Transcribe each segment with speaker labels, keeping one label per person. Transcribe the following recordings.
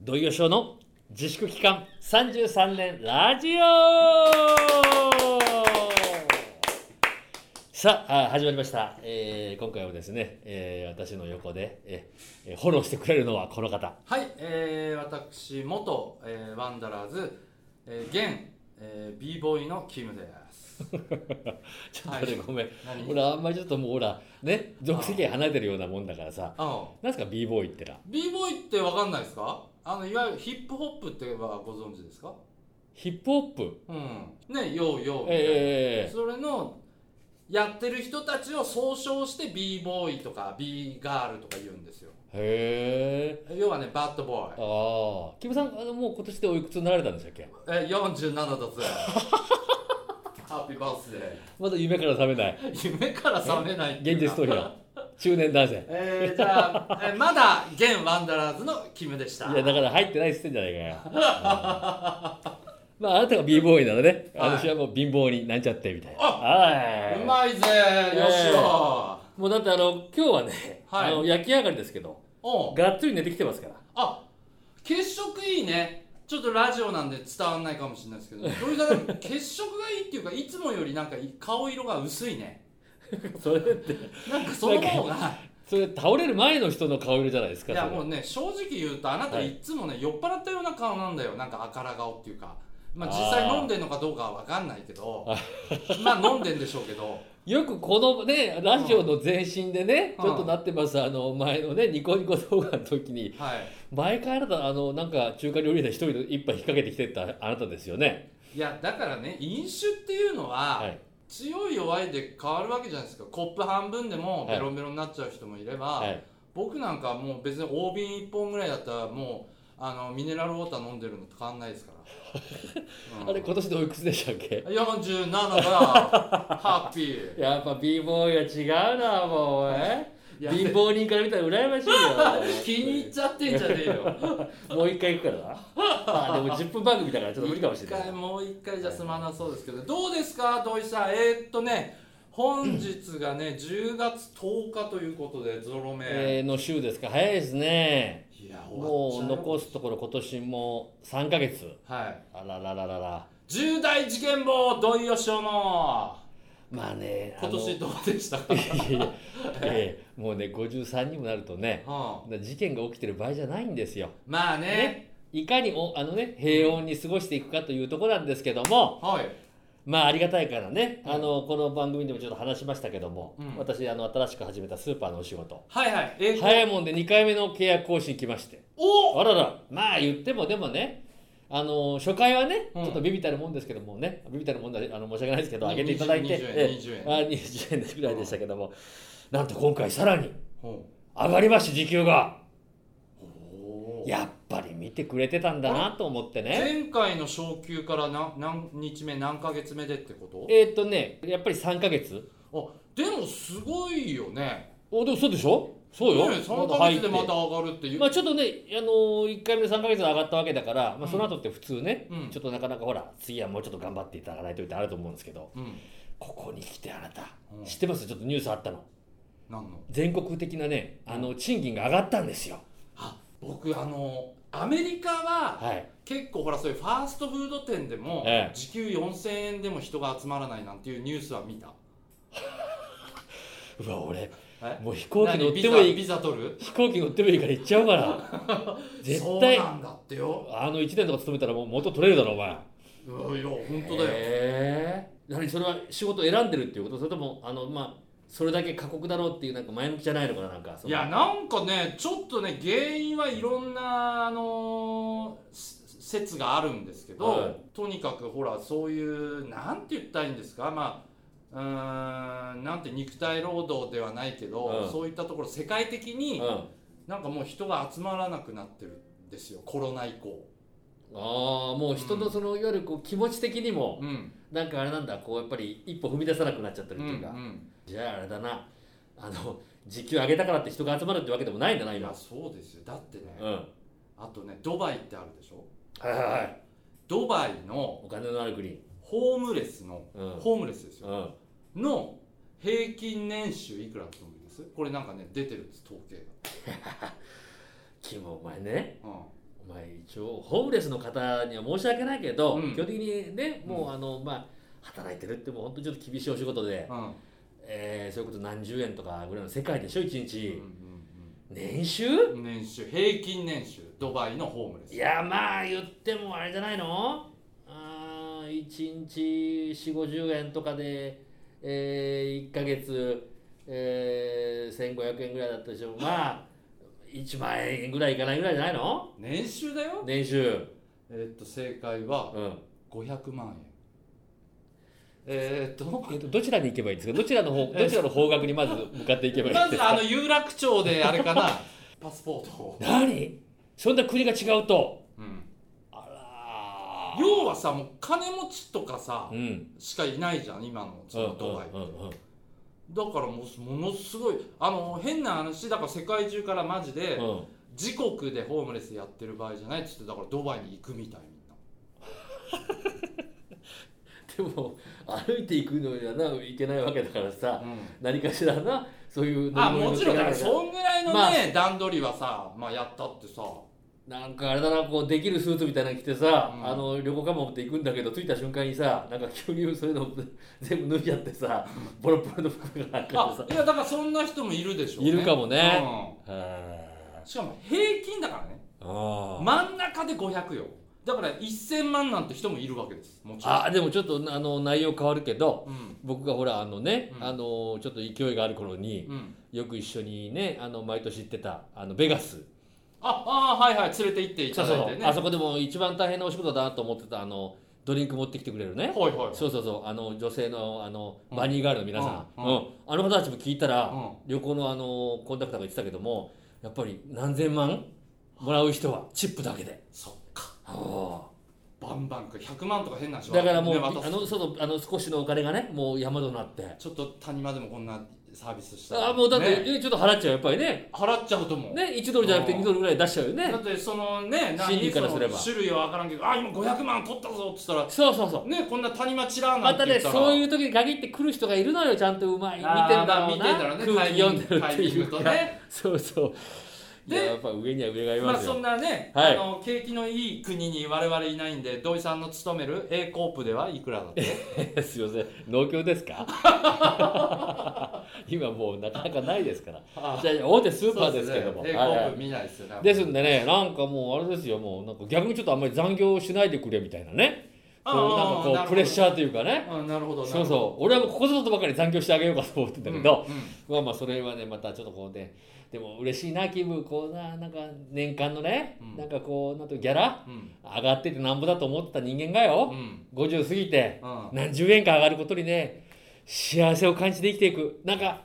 Speaker 1: 土井善雄の自粛期間33年ラジオさああ始まりました、えー今回もですね、えー私の横で、えーえーフォローしてくれるのはこの方
Speaker 2: はい、えー、私元、えー、ワンダラーズ、えー、現、えー、b ボーイのキムです
Speaker 1: ちょっとね、
Speaker 2: はい
Speaker 1: ごめん
Speaker 2: 何
Speaker 1: ほらあんまりちょっともうほらね属性離れてるようなもんだからさ
Speaker 2: あの
Speaker 1: なんすか b ボーイってな
Speaker 2: b ボーイってわかんないですかあのいわゆるヒップホップってはご存知ですか
Speaker 1: ヒップホップ
Speaker 2: うんねヨーヨーみたいな、
Speaker 1: え
Speaker 2: それのやってる人たちを総称して b ボーイとか b ガールとか言うんですよ
Speaker 1: ー、へえ
Speaker 2: 要はねバッドボー
Speaker 1: あ
Speaker 2: イ
Speaker 1: あキムさんあのもう今年でおいくつになられたんでしたっけ
Speaker 2: え47だぜハッピーバースデ
Speaker 1: まだ夢から覚めない
Speaker 2: ー夢から覚めないってい
Speaker 1: 現
Speaker 2: うか
Speaker 1: 実逃避中年男性
Speaker 2: えー、じゃあ、えーまだ現ワンダラーズのキムでした。
Speaker 1: いやだから入ってないっつってんじゃないかよ、まああなたが貧乏イならね、
Speaker 2: はい
Speaker 1: 私はもう貧乏になんちゃってみたいな
Speaker 2: あ
Speaker 1: はいう
Speaker 2: まいぜ、よっしゃ
Speaker 1: もうだってあの今日はね、
Speaker 2: はい
Speaker 1: あの焼き上がりですけど
Speaker 2: おう
Speaker 1: がっつり寝てきてますから
Speaker 2: あ血色いいね。ちょっとラジオなんで伝わんないかもしれないですけど、どういうだけ血色がいいっていうか、いつもよりなんか顔色が薄いね。
Speaker 1: それって
Speaker 2: なんかその方が、
Speaker 1: それ倒れる前の人の顔色じゃないですか
Speaker 2: いや
Speaker 1: それ
Speaker 2: もうね、正直言うと、あなた
Speaker 1: はい
Speaker 2: いつもね、酔っ払ったような顔なんだよ。なんかあから顔っていうか。まあ実際飲んでんのかどうかはわかんないけど、まあ飲んでんでしょうけど。
Speaker 1: よくこのねラジオの前身でね、
Speaker 2: うん
Speaker 1: ちょっとなってますあの前のねニコニコ動画の時に
Speaker 2: はい。
Speaker 1: 毎回あなたあのなんか中華料理店一人で一杯引っ掛けてきてったあなたですよね
Speaker 2: いやだからね飲酒っていうのは、
Speaker 1: はい
Speaker 2: 強い弱いで変わるわけじゃないですかコップ半分でも
Speaker 1: はい
Speaker 2: ベロンベロンになっちゃう人もいれば、
Speaker 1: はい
Speaker 2: 僕なんかもう別に大瓶1本ぐらいだったらもうあのミネラルウォーター飲んでるのと変わんないですから、うん
Speaker 1: あれ今年でおいくつでしたっけ
Speaker 2: 47がハッピー
Speaker 1: やっぱ貧乏イは違うなもうえ
Speaker 2: いや
Speaker 1: 貧乏人から見たら羨 ましいよ
Speaker 2: 気に入っちゃってんじゃねえよ
Speaker 1: もう一回行くからなまあでも10分番組だから ちょっと無理かもしれ
Speaker 2: 一
Speaker 1: ない
Speaker 2: 回もう一回じゃ済まなそうですけど、どうですか土井さんえー、っとね本日がね10月10日ということでゾロ目、
Speaker 1: えーの週ですか早いですね
Speaker 2: いや
Speaker 1: もう残
Speaker 2: す
Speaker 1: すところ今年も3ヶ月
Speaker 2: はい
Speaker 1: あららららら
Speaker 2: 重大事件簿土井善雄の
Speaker 1: まあねあ
Speaker 2: 今
Speaker 1: の
Speaker 2: 年どうでしたか、
Speaker 1: いやいやええもうね53にもなるとね
Speaker 2: うん
Speaker 1: 事件が起きてる場合じゃないんですよ
Speaker 2: まあね
Speaker 1: ねいかにおあの、ね、平穏に過ごしていくかというところなんですけども、
Speaker 2: はい
Speaker 1: まあありがたいからね、
Speaker 2: うん
Speaker 1: あのこの番組でもちょっと話しましたけども、
Speaker 2: うん
Speaker 1: 私あの新しく始めたスーパーのお仕事
Speaker 2: はいはいえー
Speaker 1: 早いもんで2回目の契約更新来まして
Speaker 2: お
Speaker 1: あららまあ言ってもでもねあの初回はね、
Speaker 2: うん
Speaker 1: ちょっとビビたるもんですけどもねビビたるもんだあの申し訳ないですけど上げていただいて
Speaker 2: 20
Speaker 1: え
Speaker 2: 20円
Speaker 1: えあ20円ぐらいでしたけども、なんと今回さらに
Speaker 2: お
Speaker 1: 上がりまして時給が
Speaker 2: おー
Speaker 1: やっぱり見てくれてたんだなと思ってね
Speaker 2: 前回の昇給から何何日目何ヶ月目でってこと
Speaker 1: えーっとねやっぱり3ヶ月
Speaker 2: あでもすごいよね
Speaker 1: おでもそうでしょそうよ、
Speaker 2: ね
Speaker 1: ま
Speaker 2: 3
Speaker 1: だ
Speaker 2: ヶ
Speaker 1: 入っ
Speaker 2: 月
Speaker 1: て
Speaker 2: でまた上がるっていう、
Speaker 1: まあちょっとね、あのー、1回目で3ヶ月上がったわけだから、まあ、その後って普通ね、
Speaker 2: うん
Speaker 1: ちょっとなかなかほら次はもうちょっと頑張っていただかないとってあると思うんですけど
Speaker 2: うん
Speaker 1: ここに来てあなた、
Speaker 2: うん
Speaker 1: 知ってますちょっとニュースあったの
Speaker 2: なんの
Speaker 1: 全国的なねあの賃金が上がったんですよ
Speaker 2: あ僕あのアメリカは
Speaker 1: はい
Speaker 2: 結構ほらそういうファーストフード店でも、
Speaker 1: ええ
Speaker 2: 時給4000円でも人が集まらないなんていうニュースは見た
Speaker 1: うわ俺
Speaker 2: え
Speaker 1: もう飛行機
Speaker 2: 何
Speaker 1: 乗ってもいい
Speaker 2: ビザビザ取る
Speaker 1: 飛行機乗ってもいいから行っちゃおうから 絶対
Speaker 2: そうなんだってよ
Speaker 1: あの1年とか勤めたらもう元取れるだろお前
Speaker 2: いやいや本当だよ、
Speaker 1: ええやはりそれは仕事を選んでるっていうことそれともあのまあそれだけ過酷だろうっていうなんか前向きじゃないのかななんかその
Speaker 2: いやなんかねちょっとね原因はいろんなあのーせ説があるんですけど、
Speaker 1: はい
Speaker 2: とにかくほらそういうなんて言ったらいいんですかまあうーんなんて肉体労働ではないけど、
Speaker 1: うん
Speaker 2: そういったところ世界的に
Speaker 1: うん
Speaker 2: なんかもう人が集まらなくなってるんですよコロナ以降、
Speaker 1: ああもう人のその、いわゆるこう気持ち的にも
Speaker 2: うん
Speaker 1: なんかあれなんだこうやっぱり一歩踏み出さなくなっちゃって
Speaker 2: う
Speaker 1: るっ
Speaker 2: ん
Speaker 1: ていうか、
Speaker 2: うん
Speaker 1: じゃああれだなあの時給上げたからって人が集まるってわけでもないんだない
Speaker 2: や
Speaker 1: 今
Speaker 2: そうですよだってね、
Speaker 1: うんはい
Speaker 2: あとねドバイってあるでしょ
Speaker 1: はいはい
Speaker 2: ドバイの
Speaker 1: お金のある国
Speaker 2: ホームレスの、
Speaker 1: うん
Speaker 2: ホームレスですよ
Speaker 1: うん
Speaker 2: の平均年収いくらだと思いますこれなんかね出てるんです統計
Speaker 1: 君お前ね
Speaker 2: が、うん、
Speaker 1: おまあ一応ホームレスの方には申し訳ないけど、
Speaker 2: うん
Speaker 1: 基本的にねもう、あのまあ働いてるってもう本当にちょっと厳しいお仕事で、
Speaker 2: うん
Speaker 1: えーそういうこと何十円とかぐらいの世界でしょ一日、年収
Speaker 2: うん年収平均年収ドバイのホームレス
Speaker 1: いやまあ言ってもあれじゃないのあー1日4 5 0円とかで、え1ヶ月、えー1500円ぐらいだったでしょまあ1万円ぐらいいかないぐらいじゃないの
Speaker 2: 年収だよ
Speaker 1: 年収
Speaker 2: えーっと正解は
Speaker 1: うん
Speaker 2: 500万円えーっと
Speaker 1: えっと、どちらに行けばいいんですかどちらの方どちらの方角にまず向かっていけばいい
Speaker 2: ま
Speaker 1: んで
Speaker 2: ず
Speaker 1: す
Speaker 2: あ
Speaker 1: か
Speaker 2: の有楽町であれかな パスポートを、
Speaker 1: 何そんな国が違うと
Speaker 2: うん、
Speaker 1: あら
Speaker 2: 要はさもう金持ちとかさ
Speaker 1: うん
Speaker 2: しかいないじゃん今のそのドバイ
Speaker 1: うんうんうん
Speaker 2: だからもうものすごいあの変な話だから世界中からマジで
Speaker 1: うん
Speaker 2: 自国でホームレスやってる場合じゃないっつってだからドバイに行くみたいみんな
Speaker 1: でも歩いていくのにはないけないわけだからさ
Speaker 2: うん
Speaker 1: 何かしらなそういう
Speaker 2: あもちろんだから
Speaker 1: う
Speaker 2: そんぐらいのね、
Speaker 1: まあ
Speaker 2: 段取りはさ、まあ、やったってさ
Speaker 1: なんかあれだなこうできるスーツみたいなの着てさ、
Speaker 2: うん
Speaker 1: あの旅行かも持って行くんだけど着いた瞬間にさなんか急にそういうの全部脱いじゃってさボロボロの服がなんか
Speaker 2: あ
Speaker 1: さ
Speaker 2: いやだからそんな人もいるでしょう、
Speaker 1: いるかもね、
Speaker 2: うんしかも平均だからね
Speaker 1: あ
Speaker 2: 真ん中で500よだから1000万なんて人もいるわけですもちろん
Speaker 1: あでもちょっとあの内容変わるけど
Speaker 2: うん
Speaker 1: 僕がほらあのね、
Speaker 2: うん
Speaker 1: あのちょっと勢いがある頃に
Speaker 2: うん
Speaker 1: よく一緒にねあの毎年行ってたあのベガス
Speaker 2: ああーはいはい連れて行ってい
Speaker 1: そう
Speaker 2: た
Speaker 1: そ
Speaker 2: だいうてね
Speaker 1: あそこでも一番大変なお仕事だなと思ってたあのドリンク持ってきてくれるね
Speaker 2: はいはい
Speaker 1: そうそうそうあの女性のあのバニーガールの皆さん、う
Speaker 2: う
Speaker 1: んん
Speaker 2: うん
Speaker 1: あの方たちも聞いたら、
Speaker 2: うん
Speaker 1: 旅行のあのコンタクターが言ってたけどもやっぱり何千万もらう人はチップだけで。
Speaker 2: そっか
Speaker 1: あ
Speaker 2: バンバンか100万とか変な人
Speaker 1: あだからもう、
Speaker 2: ね
Speaker 1: あ
Speaker 2: 渡す
Speaker 1: のそうそうあの少しのお金がねもう山となって
Speaker 2: ちょっと谷間でもこんなサービスしたら
Speaker 1: ああもうだって、
Speaker 2: ね
Speaker 1: えちょっと払っちゃうやっぱりね
Speaker 2: 払っちゃうと思う
Speaker 1: ね、1ドルじゃなくて2ドルぐらい出しちゃうよ
Speaker 2: だ
Speaker 1: ね。
Speaker 2: ってそのね
Speaker 1: 心理から
Speaker 2: その
Speaker 1: すれば
Speaker 2: 種類は分からんけどあ今500万取ったぞっつったら
Speaker 1: そうそうそう。
Speaker 2: ねこんな谷間ちらーな
Speaker 1: ま
Speaker 2: んて
Speaker 1: た
Speaker 2: 言
Speaker 1: ね、
Speaker 2: ったら
Speaker 1: そういう時に限って来る人がいるのよ、ちゃんとうまい。見てん
Speaker 2: あー
Speaker 1: だろう
Speaker 2: 見てんだろ
Speaker 1: な。
Speaker 2: うね
Speaker 1: 空気読んでる
Speaker 2: タ
Speaker 1: っ
Speaker 2: イ
Speaker 1: て
Speaker 2: ミング
Speaker 1: いう
Speaker 2: タイミングと
Speaker 1: か。
Speaker 2: ね
Speaker 1: そうそう。いや、
Speaker 2: で
Speaker 1: やっぱ上には上がい
Speaker 2: ま
Speaker 1: ま
Speaker 2: あ
Speaker 1: す
Speaker 2: そ
Speaker 1: よ。
Speaker 2: んなね、
Speaker 1: はい
Speaker 2: あの景気のいい国に我々いないんで土井さんの勤める A コープではいくらだって
Speaker 1: すいません、農協ですか 今もうなかなかないですから。
Speaker 2: あ
Speaker 1: じゃあ大手スーパーですけども。
Speaker 2: そうね A コ
Speaker 1: はい
Speaker 2: ー
Speaker 1: は
Speaker 2: プ見ないですよね
Speaker 1: いですんでね、なんかもうあれですよ、もうなんか逆にちょっとあんまり残業しないでくれみたいなね。こ
Speaker 2: あ
Speaker 1: う
Speaker 2: ー
Speaker 1: なんかこうプレッシャーというかね。
Speaker 2: あなるほど
Speaker 1: そうそう俺はもうここぞとばかり残業してあげようかと思ってんだけど、
Speaker 2: うんうん
Speaker 1: まあまあそれはねまたちょっとこうねでも嬉しいな気分こうななんか年間のね、
Speaker 2: うん
Speaker 1: なんかこうなんとギャラ
Speaker 2: うん
Speaker 1: 上がっててなんぼだと思ってた人間が
Speaker 2: う
Speaker 1: よ、
Speaker 2: ん
Speaker 1: 50過ぎて
Speaker 2: うん
Speaker 1: 何十円か上がることにね幸せを感じて生きていくなんか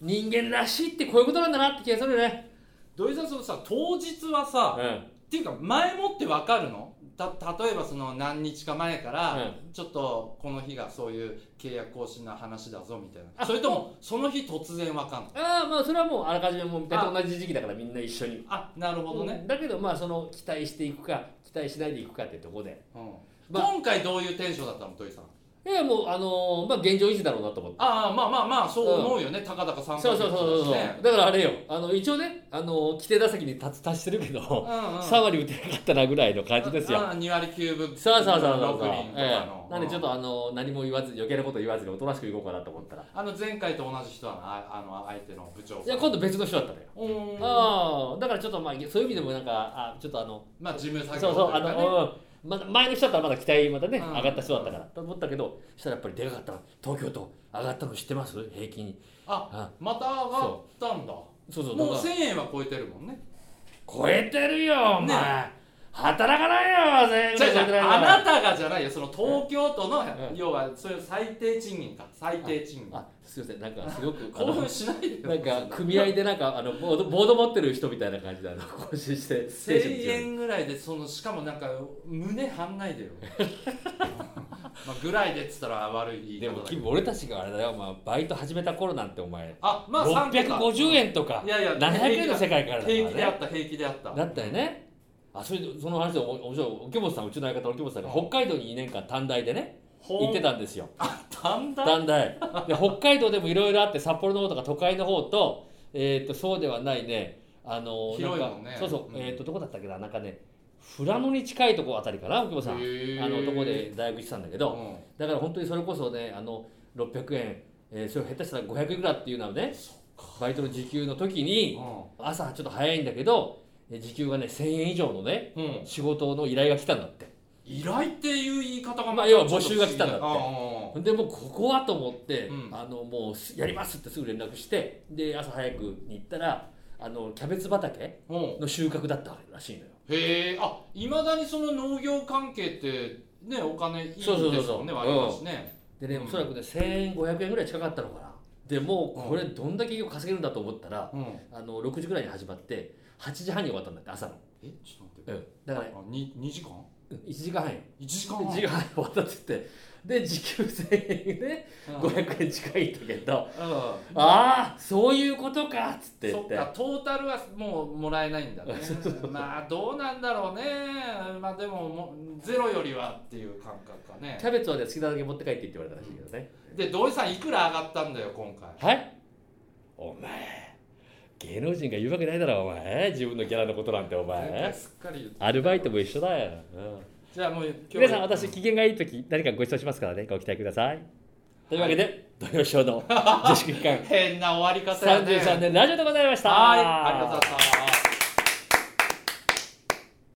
Speaker 1: 人間らしいってこういうことなんだなって気がするね、
Speaker 2: 土井さんそのさ当日はさ、
Speaker 1: うん、
Speaker 2: っていうか前もって分かるのた例えばその何日か前から、ちょっとこの日がそういう契約更新の話だぞみたいな
Speaker 1: あ
Speaker 2: それともその日突然分かんの
Speaker 1: ああまあそれはもうあらかじめもう大体同じ時期だからみんな一緒に、
Speaker 2: あなるほどね、
Speaker 1: うんだけどまあその期待していくか期待しないでいくかってとこで
Speaker 2: うん
Speaker 1: まあ
Speaker 2: 今回どういうテンションだったの土井さん
Speaker 1: いやもうあのーまあ現状維持だろうなと思って
Speaker 2: ああまあまあまあそう思うよね、たかだか3
Speaker 1: そうそう
Speaker 2: 回
Speaker 1: そうそうそう、だからあれよあの一応ねあの規定打席に立つ達してるけど、
Speaker 2: うんうん、
Speaker 1: 3割打てなかったなぐらいの感じですよ、
Speaker 2: ああ2割9分
Speaker 1: そうそうそうそう
Speaker 2: 6人とかの、
Speaker 1: ええ、なんでちょっ
Speaker 2: うん
Speaker 1: とあの何も言わず余計なこと言わずにおとなしくいこうかなと思ったら
Speaker 2: あの前回と同じ人はなああの相手の部長さん
Speaker 1: いや今度別の人だったのよ、
Speaker 2: うーん
Speaker 1: ああだからちょっとまあそういう意味でもなんかあちょっとあの
Speaker 2: まあ事務作
Speaker 1: そ
Speaker 2: 業
Speaker 1: うそう
Speaker 2: と
Speaker 1: あ
Speaker 2: いうかね
Speaker 1: の、うんまだ前の人だったらまだ期待まだね、
Speaker 2: うん
Speaker 1: 上がった人だったからと思ったけどしたらやっぱりでかかった東京都上がったの知ってます平均
Speaker 2: あまた上がったんだ
Speaker 1: そうそうだ
Speaker 2: も
Speaker 1: か
Speaker 2: う
Speaker 1: ら
Speaker 2: 1000円は超えてるもんね
Speaker 1: 超えてるよお前、
Speaker 2: ね
Speaker 1: 働かないよ全
Speaker 2: じゃあじゃああ
Speaker 1: あ
Speaker 2: なたがじゃないよその東京都の
Speaker 1: ん
Speaker 2: 要はそういう最低賃金か最低賃金
Speaker 1: あすいませんなんかすごく あ
Speaker 2: 興
Speaker 1: の
Speaker 2: 奮しないでよ
Speaker 1: なんか組合でなんかあのボードボード持ってる人みたいな感じであ の更新してテンション
Speaker 2: 1000
Speaker 1: 強い
Speaker 2: 円ぐらいでそのしかもなんか胸張んないでよ まあぐらいでっつったら悪い言い
Speaker 1: で
Speaker 2: 方
Speaker 1: も
Speaker 2: だけ
Speaker 1: 君
Speaker 2: ど
Speaker 1: 俺たちがあれだよ、まあ、バイト始めた頃なんてお前、
Speaker 2: あまあ
Speaker 1: 650円とか
Speaker 2: いやいや
Speaker 1: 700円の世界からだから
Speaker 2: 平気であ
Speaker 1: ね
Speaker 2: った平気であった
Speaker 1: だったよねあそれでその話でお面白い沖本さんうちの相方沖本さんが北海道に2年間短大でね
Speaker 2: ほん
Speaker 1: 行ってたんですよ
Speaker 2: 短大
Speaker 1: 短大で北海道でもいろいろあって札幌の方とか都会の方と,、えー、とそうではないねあの
Speaker 2: 広い
Speaker 1: なん
Speaker 2: もん
Speaker 1: か
Speaker 2: ね
Speaker 1: そうそう、
Speaker 2: うん
Speaker 1: えー、とどこだったっけななんかね富良野に近いとこあたりかな、久保さん。
Speaker 2: へー
Speaker 1: あのとこで大学行ってたんだけ
Speaker 2: う
Speaker 1: ど、
Speaker 2: ん
Speaker 1: だから本当にそれこそね、あの600円、えーそれ下手したら500円ぐらいっていうのはね、バイトの時給の時に、朝ちょっと早いんだけど、えー時給がね、1000円以上のね、
Speaker 2: うんうん
Speaker 1: 仕事の依頼が来たんだって。
Speaker 2: 依頼っていう言い方が
Speaker 1: まあ要は募集が来たんだって
Speaker 2: ああああ
Speaker 1: でもうここはと思って、
Speaker 2: うん
Speaker 1: あのもうすやりますってすぐ連絡してで朝早くに行ったらあのキャベツ畑
Speaker 2: うん
Speaker 1: の収穫だったらしいのよ
Speaker 2: へえあいまだにその農業関係ってねお金いいです
Speaker 1: そうそうそうそう
Speaker 2: もんね割りしね
Speaker 1: でね
Speaker 2: うん
Speaker 1: おそらくね1500円ぐらい近かったのかなでもうこれどんだけ稼げるんだと思ったら、
Speaker 2: うん
Speaker 1: あの6時ぐらいに始まって8時半に終わったんだって朝の、
Speaker 2: えちょっと待って
Speaker 1: うん、だから、ね、
Speaker 2: あに2時間
Speaker 1: 1時間半よ
Speaker 2: 1時間
Speaker 1: 1時間半に終わったって言ってで時給1000円で
Speaker 2: うん
Speaker 1: 500円近いんだけど
Speaker 2: うん
Speaker 1: ああそういうことかっつって言
Speaker 2: そ
Speaker 1: っ
Speaker 2: ってかトータルはもうもらえないん だねまあどうなんだろうねまあでももうゼロよりはっていう感覚かね
Speaker 1: キャベツはね好きなだけ持って帰ってって言われたらしいけどね、
Speaker 2: で土井さんいくら上がったんだよ今回
Speaker 1: はいお前芸能人が言うわけないだろお前自分のギャラのことなんてお
Speaker 2: 前回
Speaker 1: 前
Speaker 2: すっかり言って
Speaker 1: アルバイトも一緒だよ、うん
Speaker 2: じゃあもう今日
Speaker 1: 皆さん私機嫌がいい時何かご馳走しますからねご期待くださいというわけで「土曜 ショーの自粛期間
Speaker 2: 変な終わり方やね
Speaker 1: 33年ラジオ」でございました
Speaker 2: はいありがとうございました